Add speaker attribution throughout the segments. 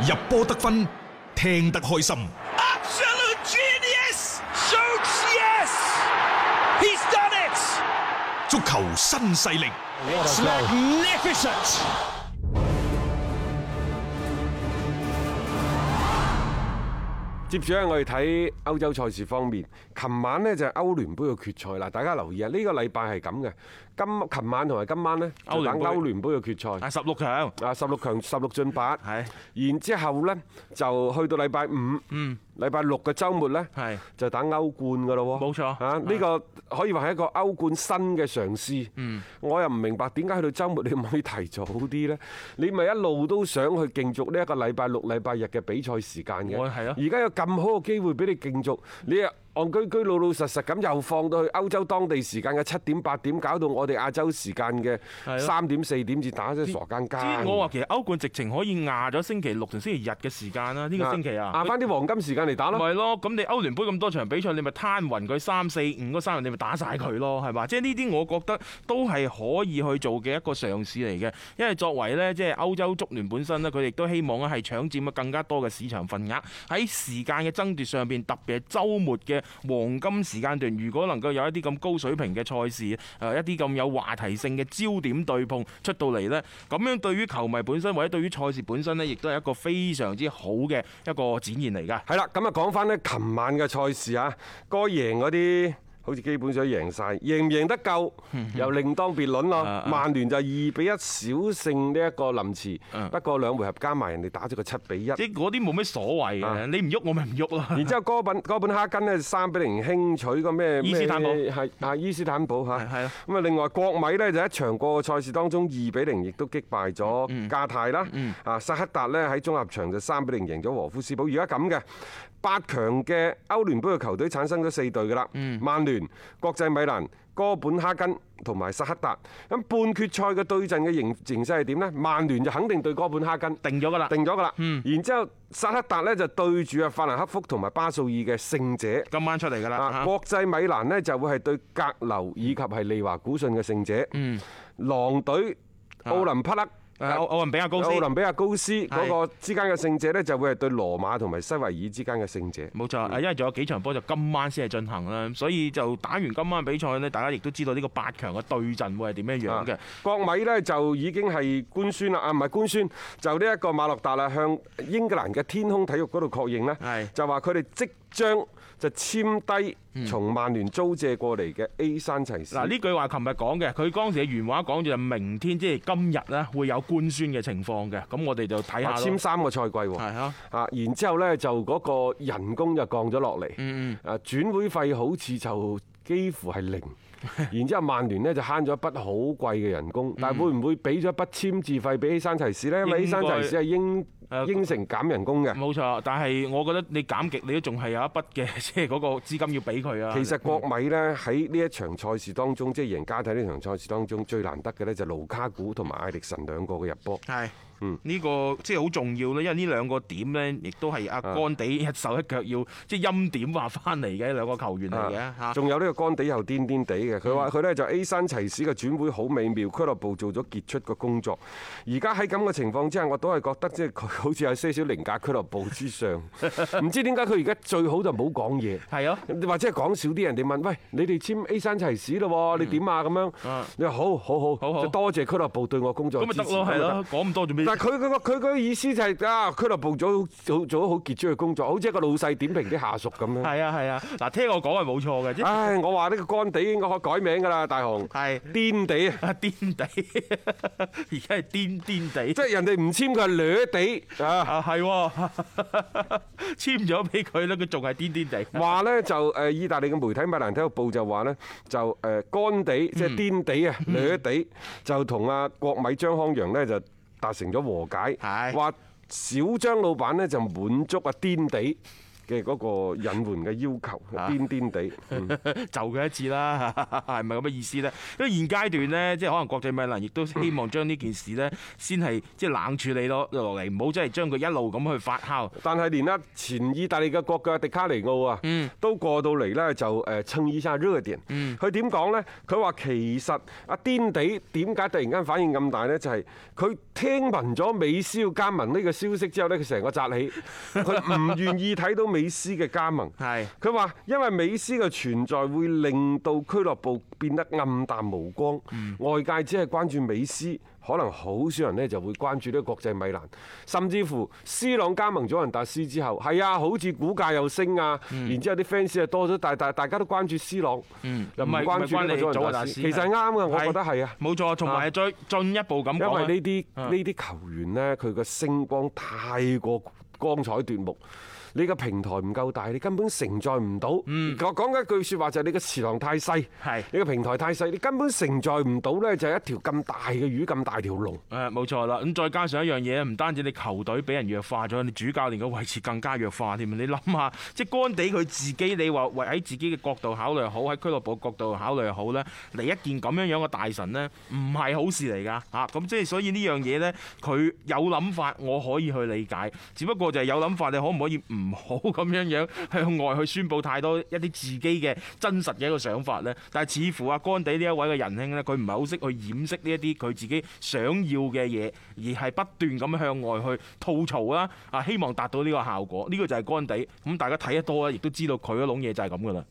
Speaker 1: 入波得分，聽得開心。
Speaker 2: Absolute genius! Shoots yes! He's done it!
Speaker 1: 足球新勢力，
Speaker 2: It's magnificent!
Speaker 3: 接住咧，我哋睇歐洲賽事方面，琴晚呢就係歐聯杯嘅決賽啦。大家留意啊，呢個禮拜係咁嘅。今琴晚同埋今晚呢，就
Speaker 4: 歐聯
Speaker 3: 打
Speaker 4: 杯
Speaker 3: 歐聯杯嘅決賽。
Speaker 4: 啊，十六強
Speaker 3: 啊，十六強十六進八。
Speaker 4: 係
Speaker 3: 然之後呢，就去到禮拜五。嗯。禮拜六嘅週末呢，
Speaker 4: 係
Speaker 3: 就打歐冠㗎咯喎。
Speaker 4: 冇錯
Speaker 3: 啊，呢個可以話係一個歐冠新嘅嘗試。嗯。我又唔明白點解去到週末你唔可以提早啲呢？你咪一路都想去競逐呢一個禮拜六、禮拜日嘅比賽時間嘅。
Speaker 4: 我係咯
Speaker 3: 而家有咁好嘅機會俾你競逐，你啊戇居居老老實實咁又放到去歐洲當地時間嘅七點八點，搞到我哋亞洲時間嘅
Speaker 4: 係咯
Speaker 3: 三點四點至打真係傻更
Speaker 4: 之我話
Speaker 3: 更。
Speaker 4: 其實歐冠直情可以壓咗星期六同星期日嘅時間啦，呢個星期啊
Speaker 3: 壓。翻啲黃金時間嚟打咯。
Speaker 4: 咪咯，咁你歐聯杯咁多場比賽，你咪攤勻佢三四五嗰三日，你咪打晒佢咯，係嘛？即係呢啲我覺得都係可以去做嘅一個嘗試嚟嘅，因為作為呢，即係歐洲足聯本身呢，佢亦都希望咧係搶佔更加多嘅市場份額。喺時間嘅爭奪上邊，特別係週末嘅黃金時間段，如果能夠有一啲咁高水平嘅賽事，誒一啲咁有話題性嘅焦點對碰出到嚟呢，咁樣對於球迷本身或者對於賽事本身呢，亦都係一個非常之好嘅一個展現嚟㗎。
Speaker 3: 係啦，咁啊講翻呢，琴晚嘅賽事啊，該贏嗰啲。好似基本上贏晒，贏唔贏得夠又另當別論咯
Speaker 4: 嗯啊。啊
Speaker 3: 曼聯就二比一小勝呢一個林池
Speaker 4: 嗯，
Speaker 3: 不過兩回合加埋人哋打咗個七比一。
Speaker 4: 即係嗰啲冇咩所謂
Speaker 3: 啊
Speaker 4: 嘅，你唔喐我咪唔喐咯。
Speaker 3: 然之後哥本哥本哈根呢，三比零輕取個咩
Speaker 4: 伊斯坦堡
Speaker 3: 咩係啊伊斯坦堡嚇，
Speaker 4: 係係咯
Speaker 3: 咁啊另外國米呢，就一場過嘅賽事當中二比零亦都擊敗
Speaker 4: 嗯
Speaker 3: 咗加泰啦，啊薩克達呢，喺綜合場就三比零贏咗和夫斯堡，而家咁嘅。八強嘅歐聯杯嘅球隊產生咗四隊㗎啦，
Speaker 4: 嗯
Speaker 3: 曼聯、國際米蘭、哥本哈根同埋薩克達。咁半決賽嘅對陣嘅形形勢係點呢？曼聯就肯定對哥本哈根，
Speaker 4: 定咗㗎啦，
Speaker 3: 定咗㗎啦。
Speaker 4: 嗯
Speaker 3: 然之後，薩克達呢就對住啊法蘭克福同埋巴素爾嘅勝者。
Speaker 4: 今晚出嚟㗎啦
Speaker 3: 啊，。國際米蘭呢就會係對格
Speaker 4: 嗯
Speaker 3: 流以及係利華古信嘅勝者。嗯，狼隊、奧林匹克。啊
Speaker 4: 誒啊奧奧運比亞高斯
Speaker 3: 奧林比亞高斯嗰個之間嘅勝者呢，就會係對羅馬同埋西維爾之間嘅勝者。
Speaker 4: 冇錯，啊誒，因為仲有幾場波就今晚先係進行啦，所以就打完今晚比賽呢，大家亦都知道呢個八強嘅對陣會係點樣樣嘅
Speaker 3: 啊。國米呢就已經係官宣啦，啊唔係官宣，就呢一個馬洛達啦向英格蘭嘅天空體育嗰度確認呢
Speaker 4: 係
Speaker 3: 就話佢哋即將就簽低從曼聯租借過嚟嘅 A 山齊
Speaker 4: 嗯
Speaker 3: 士。
Speaker 4: 嗱呢句話琴日講嘅，佢當時嘅原話講住就明天即係今日呢會有官宣嘅情況嘅，咁我哋就睇
Speaker 3: 啊
Speaker 4: 下
Speaker 3: 簽
Speaker 4: 咯。
Speaker 3: 三個賽季喎，
Speaker 4: 係啊，
Speaker 3: 啊，然之後呢，就嗰個人工就降咗落嚟，
Speaker 4: 嗯
Speaker 3: 啊轉會費好似就幾乎係 零，然之後曼聯呢就慳咗一筆好貴嘅人工，
Speaker 4: 嗯
Speaker 3: 但係會唔會俾咗一筆簽字費俾 A 山齊士呢？因為 A 山齊士係
Speaker 4: 誒
Speaker 3: 應啊
Speaker 4: 嗯
Speaker 3: 應承減人工嘅。
Speaker 4: 呃冇錯，但係我覺得你減極你都仲係有一筆嘅， 即係嗰個資金要俾佢啊。
Speaker 3: 其實國米呢喺呢一場賽事當中，即係贏加泰呢場賽事當中，最難得嘅呢就盧卡古同埋艾力神兩個嘅入波。
Speaker 4: 係。
Speaker 3: 嗯
Speaker 4: 呢個即係好重要咧，因為呢兩個點呢，亦都係阿
Speaker 3: 啊
Speaker 4: 干地一手一腳要即係欽點話翻嚟嘅兩個球員嚟嘅
Speaker 3: 啊
Speaker 4: 嚇。嗯
Speaker 3: 仲有呢個干地又癲癲地嘅，佢話佢呢就 A 山齊士嘅轉會好美妙，俱樂部做咗傑出嘅工作。而家喺咁嘅情況之下，我都係覺得即係佢好似有些少凌駕俱樂部之上， 唔知點解佢而家最好就唔好講嘢。
Speaker 4: 係啊，
Speaker 3: 或者係講少啲人哋問，喂，你哋簽 A 山齊士咯喎，你點啊咁樣
Speaker 4: 嗯啊？
Speaker 3: 你話好好好，
Speaker 4: 好好
Speaker 3: 就多謝俱樂部對我工
Speaker 4: 咁
Speaker 3: 作嘅
Speaker 4: 咪
Speaker 3: 支
Speaker 4: 得
Speaker 3: 持
Speaker 4: 咯，係
Speaker 3: 咁咪得
Speaker 4: 咯，講咁多做咩？
Speaker 3: 但係佢嗰個佢嗰個意思就係、啊，俱樂部做做做咗好傑出嘅工作，好似一個老細點評啲下屬咁樣。
Speaker 4: 係啊係啊，嗱聽我講係冇錯嘅，即係
Speaker 3: 唉，我話呢個干地應該可以改名㗎啦，大雄。
Speaker 4: 係
Speaker 3: 癲地啊！
Speaker 4: 啊 癲地，而家係癲癲地，
Speaker 3: 即係人哋唔簽佢係掠地啊！
Speaker 4: 啊係喎， 簽咗俾佢咧，佢仲係癲癲地。
Speaker 3: 話呢就誒，意大利嘅媒體米蘭體育報就話呢，就誒干地即係癲地啊，掠地就同阿國米張康陽呢就達成咗和解，
Speaker 4: 係
Speaker 3: à, 話小張老闆呢就滿足阿癲地嘅嗰個引援嘅要求，
Speaker 4: 啊
Speaker 3: 癲癲地。嗯
Speaker 4: 就佢一次啦， 係咪咁嘅意思呢？因為現階段呢，即係可能國際米蘭亦都希望將呢件事呢，先係即係冷處理咯落嚟，唔好真係將佢一路咁去發酵。
Speaker 3: 但係連啊前意大利嘅國腳迪卡尼奧啊，都過到嚟呢，就誒蹭一下熱點。佢點講呢？佢話其實阿癲地點解突然間反應咁大呢？就係佢聽聞咗美斯要加盟呢個消息之後呢，佢成個扎起，佢唔願意睇到美斯嘅加盟。
Speaker 4: 係
Speaker 3: 佢話因為美斯嘅存在會令到俱樂部變得暗淡無光，
Speaker 4: 嗯
Speaker 3: 外界只係關注美斯。可能好少人呢就會關注呢個國際米蘭，甚至乎 C 朗加盟咗人達斯之後，係啊，好似股價又升啊，
Speaker 4: 嗯
Speaker 3: 然之後啲 fans 又多咗，但係大家都關注 C 朗，又唔
Speaker 4: 唔係唔
Speaker 3: 關注呢個
Speaker 4: 係關你祖
Speaker 3: 佐
Speaker 4: 雲達
Speaker 3: 仁達
Speaker 4: 斯啊
Speaker 3: 斯，其實係啱嘅，我覺得係啊。
Speaker 4: 冇錯，同埋再進一步咁
Speaker 3: 因為
Speaker 4: 講
Speaker 3: 呢啲
Speaker 4: 啊
Speaker 3: 呢啲球員呢，佢個星光太過光彩奪目，你個平台唔夠大，你根本承載唔到。講講緊一句説話就係你個池塘太細
Speaker 4: 嗯係，
Speaker 3: 你個平台太細，你根本承載唔到呢，就係一條咁大嘅魚咁大條龍。
Speaker 4: 誒冇錯啦，咁再加上一樣嘢，唔單止你球隊俾人弱化咗，你主教練嘅位置更加弱化添。你諗下，即係干地佢自己，你話喂喺自己嘅角度考慮好，喺俱樂部角度考慮好呢，嚟一件咁樣樣嘅大神呢，唔係好事嚟㗎嚇。咁即係所以呢樣嘢呢，佢有諗法，我可以去理解。只不過就係有諗法，你可唔可以唔好咁樣樣向外去宣佈太多一啲自己嘅真實嘅一個想法呢？但係似乎阿干地呢一位嘅仁兄呢，佢唔係好識去掩飾呢一啲佢自己想要嘅嘢，而係不斷咁向外去吐槽啦，啊希望達到呢個效果。呢、個就係干地。咁大家睇得多啦，亦都知道佢嗰籠嘢就係咁噶啦。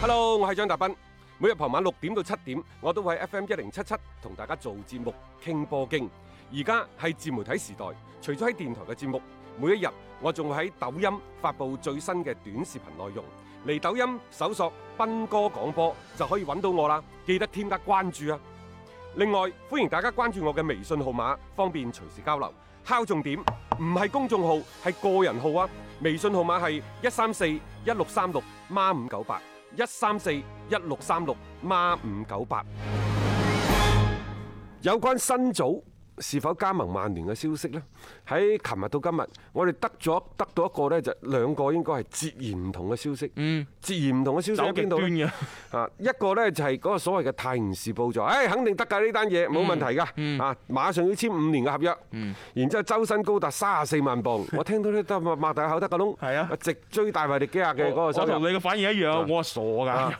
Speaker 3: Hello，我係張達斌，每日傍晚六點到七點，我都會喺 FM 一零七七同大家做節目傾波經。而家係自媒體時代，除咗喺電台嘅節目，每一日我仲會喺抖音發布最新嘅短視頻內容。嚟抖音搜索斌哥廣播就可以揾到我啦，記得添加關注啊！另外，歡迎大家關注我嘅微信號碼，方便隨時交流。敲重點，唔係公眾號，係個人號啊！微信號碼係一三四一六三六孖五九八，一三四一六三六孖五九八。有關新組是否加盟曼聯嘅消息呢？喺琴日到今日，我哋得咗得到一個呢，就兩個應該係截然唔同嘅消息。嗯，截然唔同嘅消息
Speaker 4: 走
Speaker 3: 喺
Speaker 4: 極
Speaker 3: 邊
Speaker 4: 端
Speaker 3: 度呢
Speaker 4: 嘅，
Speaker 3: 啊，一個呢就係嗰個所謂嘅泰晤士報就話，誒肯定得㗎呢單嘢冇問題㗎，啊馬上要簽五年嘅合約，然之後周薪高達三十四萬磅，我聽到呢都擘大口得個窿，
Speaker 4: 係啊
Speaker 3: 直追大衛迪基亞嘅嗰
Speaker 4: 我
Speaker 3: 個收
Speaker 4: 同
Speaker 3: 入。
Speaker 4: 你嘅反應一樣，我話傻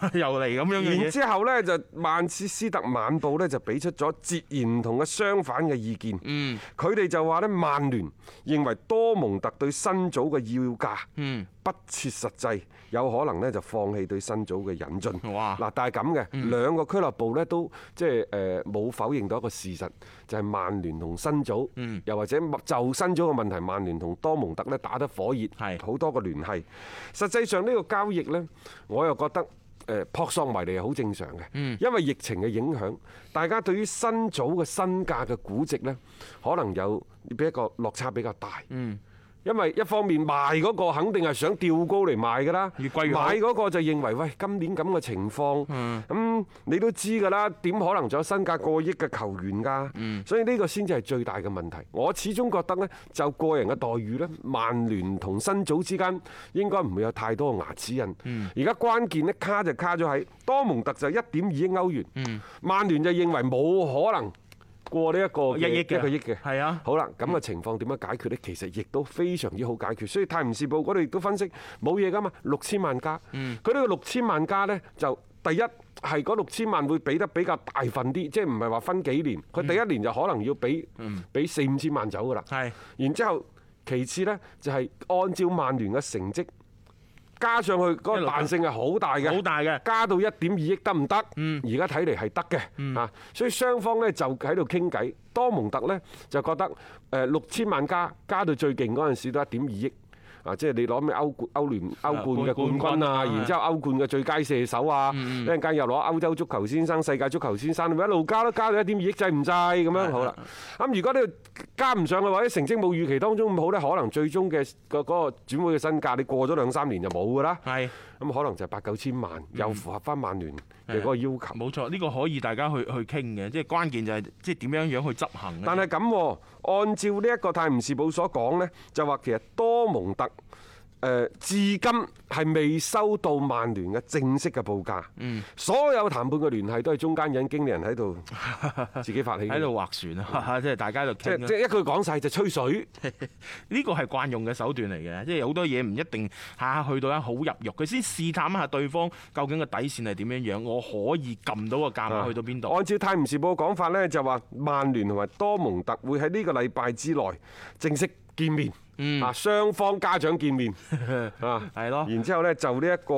Speaker 4: 㗎，又嚟咁樣嘅
Speaker 3: 然
Speaker 4: 嘢。
Speaker 3: 之後呢，就曼徹斯特晚報呢就俾出咗截然唔同嘅相反嘅意見，佢哋就話呢，曼聯認為多蒙特對新組嘅要價不切實際，有可能呢就放棄對新組嘅引進。
Speaker 4: 哇
Speaker 3: 嗱，但係咁嘅兩個俱樂部呢都即係誒冇否認到一個事實，就係曼聯同新組，又或者就新組嘅問題，曼聯同多蒙特呢打得火熱，
Speaker 4: 係
Speaker 3: 好多個聯繫。實際上呢個交易呢，我又覺得。誒撲朔迷離係好正常嘅，因為疫情嘅影響，大家對於新組嘅身價嘅估值呢，可能有比一個落差比較大。因為一方面賣嗰個肯定係想吊高嚟賣㗎啦，
Speaker 4: 越貴越好嗯
Speaker 3: 買嗰個就認為喂今年咁嘅情況，咁、你都知㗎啦，點可能仲有身價過億嘅球員㗎？
Speaker 4: 嗯
Speaker 3: 所以呢個先至係最大嘅問題。我始終覺得呢，就個人嘅待遇呢，曼聯同新組之間應該唔會有太多嘅牙齒
Speaker 4: 嗯
Speaker 3: 印。而家關鍵呢，卡就卡咗喺多蒙特就一點二億歐元，
Speaker 4: 嗯
Speaker 3: 曼聯就認為冇可能過呢一個嘅
Speaker 4: 一億嘅
Speaker 3: 一個億嘅，
Speaker 4: 係啊
Speaker 3: 好啦，咁嘅情況點樣解決呢？其實亦都非常之好解決，所以《泰晤士報》嗰度亦都分析冇嘢噶嘛，六千萬加。
Speaker 4: 嗯
Speaker 3: 佢呢個六千萬加呢，就第一係嗰六千萬會俾得比較大份啲，即係唔係話分幾年？佢
Speaker 4: 嗯
Speaker 3: 第一年就可能要俾俾四五千萬走噶啦。
Speaker 4: 係
Speaker 3: 然之後，其次呢，就係按照曼聯嘅成績加上去嗰個
Speaker 4: 一路加
Speaker 3: 彈性係好大嘅，
Speaker 4: 好大嘅
Speaker 3: 加到一點二億得唔得？而家睇嚟係得嘅啊，所以雙方呢就喺度傾偈。多蒙特呢就覺得誒六千萬加加到最勁嗰陣時都一點二億。啊！即係你攞咩歐冠、歐聯、歐冠嘅冠軍啊，
Speaker 4: 冠軍啊
Speaker 3: 然之後歐冠嘅最佳射手啊，一陣間又攞歐洲足球先生、世界足球先生，咪一路加都加到一點二億，制唔制咁樣好啦？咁如果呢度加唔上嘅或者成績冇預期當中咁好呢，可能最終嘅個嗰個轉會嘅身價，你過咗兩三年就冇㗎啦。
Speaker 4: 係。
Speaker 3: 咁可能就八九千
Speaker 4: 嗯
Speaker 3: 萬，又符合翻曼聯嘅嗰個要求。
Speaker 4: 冇錯，呢、個可以大家去去傾嘅，即係關鍵就係即係點樣樣去執行啊咧。
Speaker 3: 但係咁喎，按照呢一個《泰晤士報》所講呢，就話其實多蒙特誒、誒至今係未收到曼聯嘅正式嘅報價。
Speaker 4: 嗯
Speaker 3: 所有談判嘅聯繫都係中間引經理人喺度自己發起嘅。
Speaker 4: 喺度劃船啊， 即係大家喺度
Speaker 3: 嗯即
Speaker 4: 傾啊
Speaker 3: 即一句講晒就吹水，
Speaker 4: 呢個係慣用嘅手段嚟嘅，即係好多嘢唔一定下下去到一好入肉，佢先試探一下對方究竟個底線係點樣樣，我可以撳到個價
Speaker 3: 啊
Speaker 4: 碼去到邊度。
Speaker 3: 按照《泰晤士報》嘅講法呢，就話曼聯同埋多蒙特會喺呢個禮拜之內正式見面，啊雙方家長見 面啊，
Speaker 4: 嗯係咯
Speaker 3: 然之後呢，就呢一 個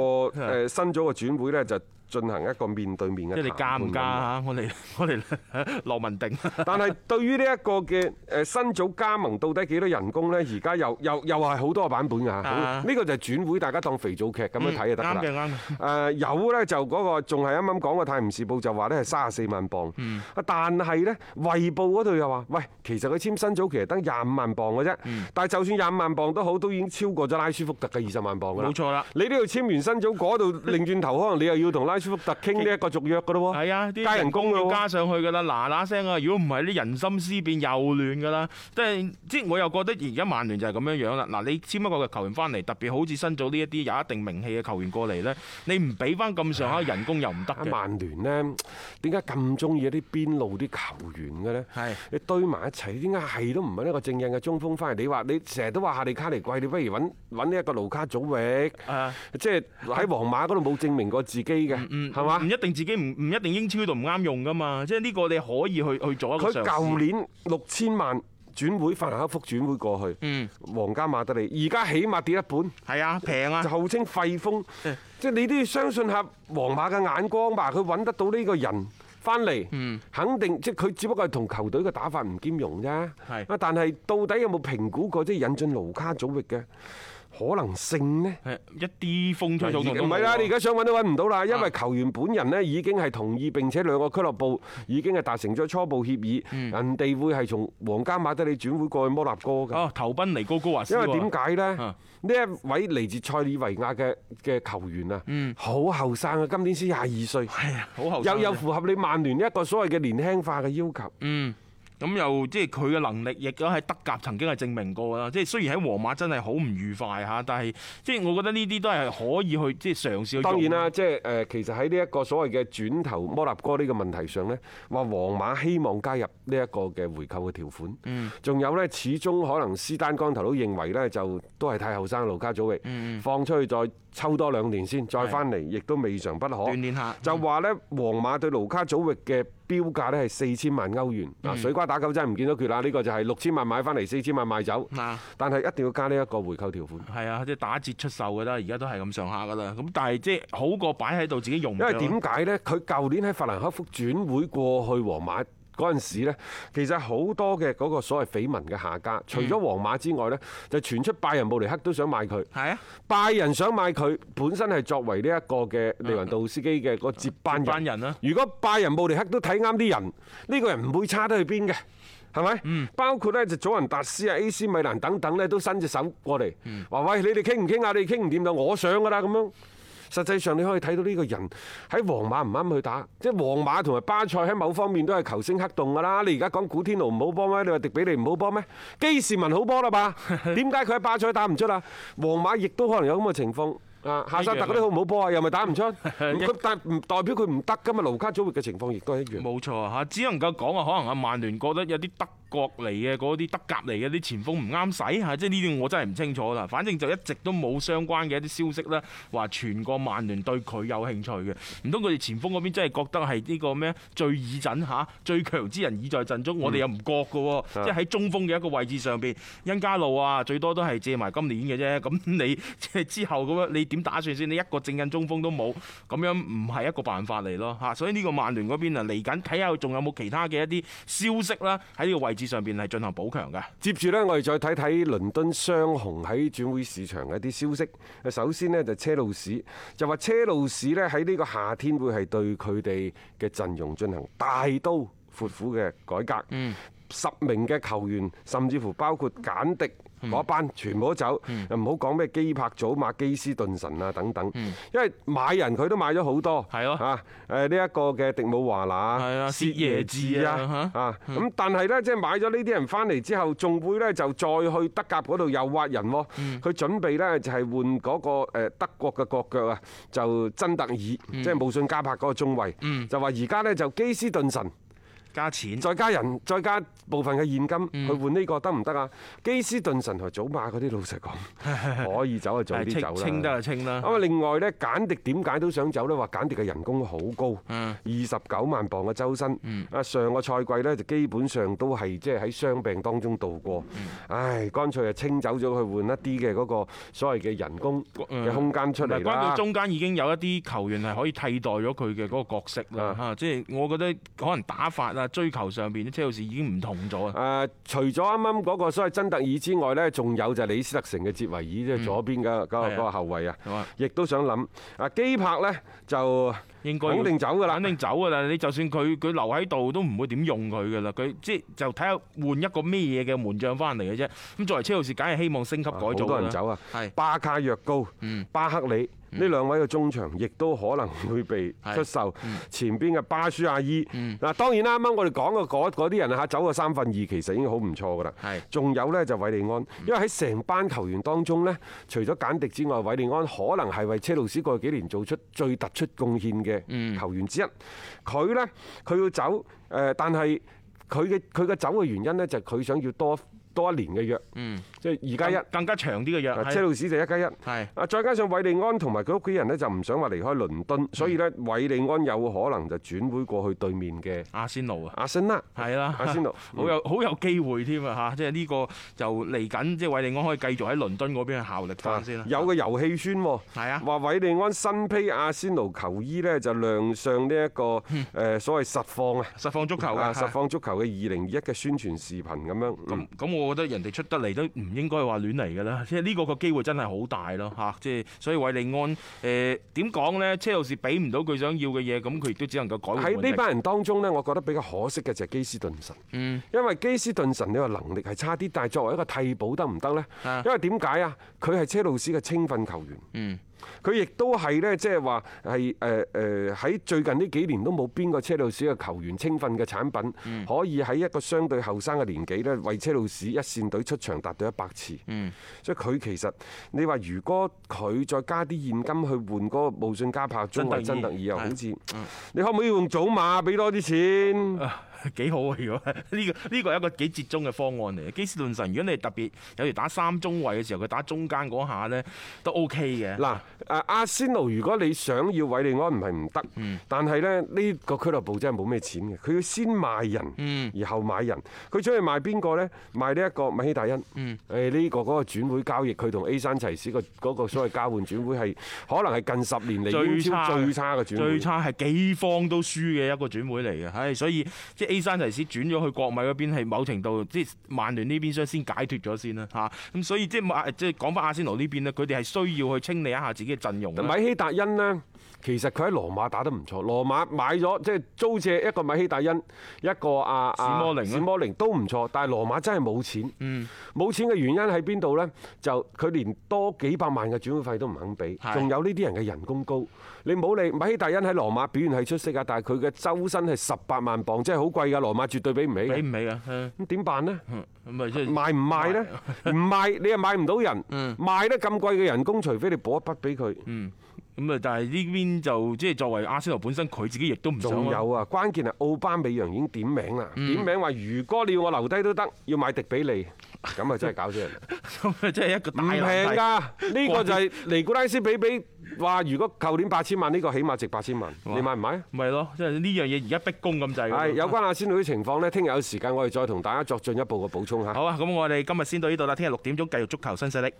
Speaker 3: 誒新組嘅轉會呢，就進行一個面對面嘅
Speaker 4: 即係你加
Speaker 3: 談判
Speaker 4: 唔
Speaker 3: 咁
Speaker 4: 加
Speaker 3: 樣
Speaker 4: 啊？我哋 我哋 羅文 定
Speaker 3: 但係對於呢一個嘅誒新組加盟到底幾多人工呢？而家又又又係好多版本㗎
Speaker 4: 啊
Speaker 3: 呢、個就係轉會，大家當肥皂劇咁樣睇就得㗎
Speaker 4: 嗯
Speaker 3: 啦。
Speaker 4: 啱嘅啱嘅
Speaker 3: 誒、有呢就嗰、個仲係啱啱講嘅《泰晤士報》就話呢係三十四萬磅，
Speaker 4: 嗯
Speaker 3: 但係呢，衛報嗰度又話，喂，其實佢簽新組其實得廿五萬磅嘅啫，
Speaker 4: 嗯
Speaker 3: 但係就算廿五萬磅都好，都已經超過咗拉舒福特嘅二十萬磅㗎啦。
Speaker 4: 冇錯啦
Speaker 3: 你呢度簽完新組，嗰度擰轉頭，可能你又要同拉舒福特傾呢一個續約㗎咯喎。
Speaker 4: 係啊，啲
Speaker 3: 哦加人工㗎
Speaker 4: 要
Speaker 3: 喎。
Speaker 4: 加上去㗎啦，嗱嗱聲啊！如果唔係啲人心思變又亂㗎啦，即係即係我又覺得而家曼聯就係咁樣樣啦。嗱，你簽一個嘅球員翻嚟，特別好似新組呢一啲有一定名氣嘅球員過嚟咧，你唔俾翻咁上下人工又唔得
Speaker 3: 啊！
Speaker 4: 嘅。
Speaker 3: 曼聯呢，點解咁中意一啲邊路啲球員嘅呢？
Speaker 4: 係
Speaker 3: 你堆埋一齊，點解係都唔揾一個正印嘅中鋒翻嚟？你話你成日都話夏利卡尼貴，你不如揾揾呢一個盧卡祖域，
Speaker 4: 啊
Speaker 3: 即係喺皇馬嗰度冇證明過自己
Speaker 4: 嗯
Speaker 3: 嘅，係嘛
Speaker 4: 唔？一定自己唔唔一定英超度唔啱用噶嘛，即係呢個你可以去去做一個
Speaker 3: 佢
Speaker 4: 嘗
Speaker 3: 舊
Speaker 4: 試。
Speaker 3: 年六千萬轉會，法蘭克福轉會過去，
Speaker 4: 嗯
Speaker 3: 皇家馬德里，而家起碼跌一半。
Speaker 4: 係啊，平
Speaker 3: 就
Speaker 4: 啊，嗯
Speaker 3: 號稱廢風，即係你都要相信下皇馬嘅眼光吧。佢揾得到呢個人翻
Speaker 4: 嗯
Speaker 3: 嚟，肯定即係佢只不過係同球隊嘅打法唔兼容啫。
Speaker 4: 係
Speaker 3: 啊，但係到底有冇評估過即係引進盧卡祖域嘅可能性呢？
Speaker 4: 係一啲風吹草動都
Speaker 3: 唔
Speaker 4: 冇
Speaker 3: 係啦，
Speaker 4: 啊
Speaker 3: 你而家想揾都揾唔到啦，因為球員本人呢已經係同意並且兩個俱樂部已經係達成咗初步協議，
Speaker 4: 嗯
Speaker 3: 人哋會係從皇家馬德里轉會過去摩納哥㗎。
Speaker 4: 哦投奔尼高高華斯
Speaker 3: 因
Speaker 4: 喎
Speaker 3: 為點解呢
Speaker 4: 啊？
Speaker 3: 呢一位嚟自塞爾維亞嘅嘅球員啊，好後生啊，今年先廿二歲，
Speaker 4: 係嗯啊，好後生
Speaker 3: 又
Speaker 4: 啫
Speaker 3: 又符合你曼聯一個所謂嘅年輕化嘅要求。
Speaker 4: 嗯。咁又即係佢嘅能力，亦都喺德甲曾經係證明過啦。即係雖然喺皇馬真係好唔愉快嚇，但係即係我覺得呢啲都係可以去即係嘗試去。
Speaker 3: 當然啦，，即係誒，其實喺呢一個所謂嘅轉頭摩納哥呢個問題上呢，話皇馬希望加入呢一個嘅回購嘅條款。仲有呢，始終可能斯丹光頭都認為呢，就都係太後生，盧家祖域
Speaker 4: 嗯
Speaker 3: 放出去再抽多兩年先，再翻嚟，亦都未嘗不可。
Speaker 4: 鍛鍊下
Speaker 3: 就話呢，皇馬對盧卡祖域嘅標價呢係四千萬歐元。嗱，水瓜打狗真係唔見到缺啦，呢個就係六千萬買翻嚟，四千萬賣走
Speaker 4: 啊。
Speaker 3: 但係一定要加呢一個回購條款。
Speaker 4: 係啊，即係打折出售㗎啦，而家都係咁上下㗎啦。咁但係即係好過擺喺度自己用唔啊着
Speaker 3: 因
Speaker 4: 咯。
Speaker 3: 為點解呢？佢舊年喺法蘭克福轉會過去皇馬嗰陣時呢，其實好多嘅嗰個所謂緋聞嘅下家，除咗皇馬之外呢，就傳出拜仁慕尼黑都想買佢。
Speaker 4: 係啊，
Speaker 3: 拜仁想買佢，本身係作為呢一個嘅利雲道斯基嘅個接班人。
Speaker 4: 接班人啊啦
Speaker 3: 如果拜仁慕尼黑都睇啱啲人，呢個人唔會差得去邊嘅。係咪？包括呢就祖雲達斯啊、AC 米蘭等等呢，都伸隻手過嚟，話喂你哋傾唔傾啊？你哋傾唔掂就我上㗎啦咁樣。實際上你可以睇到呢個人喺皇馬唔啱去打，即係皇馬同埋巴塞喺某方面都係球星黑洞㗎啦。你而家講古天奴唔好波咩？你話迪比利唔好波咩？基士文好波啦吧？點解佢喺巴塞打唔出啊？皇馬亦都可能有咁嘅情況。啊，夏薩特嗰啲好唔好波啊？又咪打唔出？佢但唔代表佢唔得㗎嘛。盧卡祖域嘅情況亦都係一樣。
Speaker 4: 冇錯嚇，只能夠講啊，可能阿曼聯覺得有啲德國嚟嘅嗰啲德甲嚟嘅啲前鋒唔啱使嚇，即係呢啲我真係唔清楚啦。反正就一直都冇相關嘅一啲消息咧，話全個曼聯對佢有興趣嘅。唔通佢哋前鋒嗰邊真係覺得係呢個咩最以陣嚇，最強之人已在陣中，我哋又唔覺嘅喎。即係喺中鋒嘅一個位置上邊，恩加路啊，最多都係借埋今 年嘅啫。咁你即係之後咁樣，你點打算先？你一個正印中鋒都冇，咁樣唔係一個辦法嚟咯嚇。所以呢個曼聯嗰邊啊，嚟緊睇下仲有冇其他嘅一啲消息啦，喺呢個位置上邊係進行補強嘅。
Speaker 3: 接住呢，我哋再睇睇倫敦雙雄喺轉會市場嘅一啲消息。首先呢，就車路士，就話車路士呢喺呢個夏天會係對佢哋嘅陣容進行大刀闊斧嘅改革。十名嘅球員，甚至乎包括簡迪嗰班全部都走，又唔好講咩基柏祖馬、基斯頓神啊等等，因為買人佢都買咗好多，
Speaker 4: 係咯
Speaker 3: 啊誒呢一個嘅迪姆華拿、
Speaker 4: 係啊嗯
Speaker 3: 薛耶治啊
Speaker 4: 薛耶治
Speaker 3: 啊咁，但係呢，即係買咗呢啲人翻嚟之後，仲會呢就再去德甲嗰度又挖人喎，
Speaker 4: 嗯
Speaker 3: 佢準備呢就係換嗰個誒德國嘅國腳啊，就真特爾，即
Speaker 4: 嗯
Speaker 3: 係慕遜加柏嗰個中衞，就話而家呢就基斯頓神。
Speaker 4: 嗯加錢。
Speaker 3: 再加人，再加部分嘅現
Speaker 4: 嗯
Speaker 3: 金去換呢個得唔得啊？基斯頓神同祖馬嗰啲老實 講，可以走就早啲走
Speaker 4: 清
Speaker 3: 啦。
Speaker 4: 清得就清啦
Speaker 3: 咁，啊，另外呢，簡迪點解都想走呢？話簡迪嘅人工好高，
Speaker 4: 嗯
Speaker 3: 二十九萬磅嘅周薪。啊，上個賽季呢，就基本上都係即係喺傷病當中度過。
Speaker 4: 嗯
Speaker 3: 唉，乾脆就清走咗去換一啲嘅嗰個所謂嘅人工嘅空間出嚟
Speaker 4: 嗯唔係關
Speaker 3: 啦
Speaker 4: 到。中間已經有一啲球員係可以替代咗佢嘅嗰個角色啦，
Speaker 3: 啊
Speaker 4: 嚇！即係我覺得可能打法啊、追求上邊啲車路士已經唔同咗啊。
Speaker 3: 誒，除咗啱啱嗰個所謂真特爾之外呢，仲有就係李斯特城嘅哲維爾，即係左邊嘅嗰個
Speaker 4: 係啊
Speaker 3: 嗰個後衞啊
Speaker 4: 係嘛，
Speaker 3: 亦都想諗。啊，基柏呢，就
Speaker 4: 應該要
Speaker 3: 肯定走㗎啦
Speaker 4: 肯。定走㗎啦！你就算佢佢留喺度都唔會點用佢㗎啦。佢即係就睇下換一個咩嘢嘅門將翻嚟嘅啫。咁作為車路士，梗係希望升級改
Speaker 3: 啊
Speaker 4: 造
Speaker 3: 好
Speaker 4: 㗎啦。
Speaker 3: 多人走啊
Speaker 4: 係，
Speaker 3: 巴卡若高、巴克里呢兩位嘅中場，亦都可能會被出售。前邊嘅巴舒亞伊，嗱當然啦，啱啱我哋講嘅嗰嗰啲人嚇走咗三分二，其實已經好唔錯㗎啦
Speaker 4: 係。
Speaker 3: 仲有呢，就韋利安，因為喺成班球員當中呢，除咗簡迪之外，韋利安可能係為車路士過去幾年做出最突出貢獻嘅球員之一。佢呢，佢要走，誒，但係佢嘅佢嘅走嘅原因呢，就係佢想要多多一年嘅約，即係二加一
Speaker 4: 更。更加長啲嘅約。
Speaker 3: 啊，車路士就一加一。
Speaker 4: 係
Speaker 3: 啊，再加上韋利安同埋佢屋企人呢，就唔想話離開倫
Speaker 4: 嗯
Speaker 3: 敦，所以呢，韋利安有可能就轉會過去對面嘅嗯
Speaker 4: 阿仙奴啊！
Speaker 3: 阿森納。
Speaker 4: 係啦，
Speaker 3: 阿仙奴
Speaker 4: 好有好有機會添啊嚇！即係呢個就嚟緊，即係韋利安可以繼續喺倫敦嗰邊去效力翻先啦。
Speaker 3: 啊有個遊戲圈喎，
Speaker 4: 係啊
Speaker 3: 話韋利安新披阿仙奴球衣呢，就亮相呢一個誒所謂實況啊，
Speaker 4: 實嗯況足球
Speaker 3: 啊
Speaker 4: 啊，
Speaker 3: 實況足球嘅二零二一嘅宣傳視頻咁樣。嗯
Speaker 4: 咁咁，我覺得人哋出得嚟都唔應該話亂嚟㗎啦，即係呢個個機會真係好大咯嚇，即係所以韋利安誒點講呢？車路士俾唔到佢想要嘅嘢，咁佢亦都只能夠改換
Speaker 3: 喺
Speaker 4: 換力
Speaker 3: 呢班人當中呢，我覺得比較可惜嘅就係基斯頓神，因為基斯頓神你話能力係差啲，但係作為一個替補得唔得呢
Speaker 4: 啊？嗯
Speaker 3: 因為點解啊？佢係車路士嘅青訓球員，佢亦都係呢，即係話係誒誒喺最近呢幾年都冇邊個車路士嘅球員青訓嘅產品
Speaker 4: 嗯
Speaker 3: 可以喺一個相對後生嘅年紀呢，為車路士一線隊出場達到一百次。
Speaker 4: 嗯
Speaker 3: 所以佢其實你話如果佢再加啲現金去換嗰個無信加柏中衞
Speaker 4: 真
Speaker 3: 真
Speaker 4: 特
Speaker 3: 特
Speaker 4: 爾
Speaker 3: 爾，又好
Speaker 4: 係嗯
Speaker 3: 似。你可唔可以用祖馬俾多啲錢？
Speaker 4: 啊幾好啊！如果 呢個呢個係一個幾折中嘅方案嚟嘅，基斯頓神，如果你特別有時打三中位嘅時候，佢打中間嗰下呢，都 OK 嘅。
Speaker 3: 嗱，誒阿仙奴如果你想要韋利安唔係唔得，
Speaker 4: 嗯
Speaker 3: 但係咧呢個俱樂部真係冇咩錢嘅，佢要先賣
Speaker 4: 嗯
Speaker 3: 人，而後買人。佢想去賣邊個呢？賣呢一個米希大恩。
Speaker 4: 嗯
Speaker 3: 誒呢個嗰個轉會交易，佢同 A 山齊士個嗰個所謂交換轉會係可能係近十年嚟英
Speaker 4: 最
Speaker 3: 超
Speaker 4: 差
Speaker 3: 最差嘅轉
Speaker 4: 最
Speaker 3: 會。
Speaker 4: 差係幾方都輸嘅一個轉會嚟嘅，唉，所以即係 A 山提斯轉咗去國米嗰邊，係某程度即係曼聯呢邊想先解脱咗先啦嚇，咁所以即係馬即係講翻阿仙奴呢邊呢，佢哋係需要去清理一下自己嘅陣容啊啦。
Speaker 3: 米希達恩呢，其實佢喺羅馬打得唔錯，羅馬買咗即係租借一個米希達恩，一個阿
Speaker 4: 史摩寧啦
Speaker 3: 史摩寧都唔錯，但係羅馬真係冇錢，冇錢嘅原因喺邊度呢？就佢連多幾百萬嘅轉會費都唔肯俾，
Speaker 4: 係
Speaker 3: 仲有呢啲人嘅人工高，你唔好理米希達恩喺羅馬表現係出色啊，但係佢嘅周薪係十八萬磅，即係好貴㗎，羅馬絕對俾唔起
Speaker 4: 俾
Speaker 3: 嘅。
Speaker 4: 唔起啊？嗯
Speaker 3: 咁點 辦呢？
Speaker 4: 咁咪即係
Speaker 3: 賣唔賣呢？唔賣你又買唔到人，賣得咁貴嘅人工，除非你補一筆俾佢。
Speaker 4: 咁啊！但係呢邊就即係作為阿仙奴本身，佢自己亦都唔想啊
Speaker 3: 仲有啊，關鍵係奧巴美揚已經點名啦，
Speaker 4: 嗯
Speaker 3: 點名話如果你要我留低都得，要買迪比利，咁啊真係搞死人啦！
Speaker 4: 咁啊，即係一個 大
Speaker 3: 唔平
Speaker 4: 難題。
Speaker 3: 㗎，呢個 就係尼古拉斯比比話，如果舊年八千萬，呢個起碼值八千萬，你買唔買啊？
Speaker 4: 咪咯，即係呢樣嘢而家逼供咁滯㗎啦。
Speaker 3: 係有關阿仙奴啲情況呢，聽日有時間我哋再同大家作進一步嘅補充嚇。
Speaker 4: 好啊！咁我哋今日先到呢度啦，聽日六點鐘繼續足球新勢力。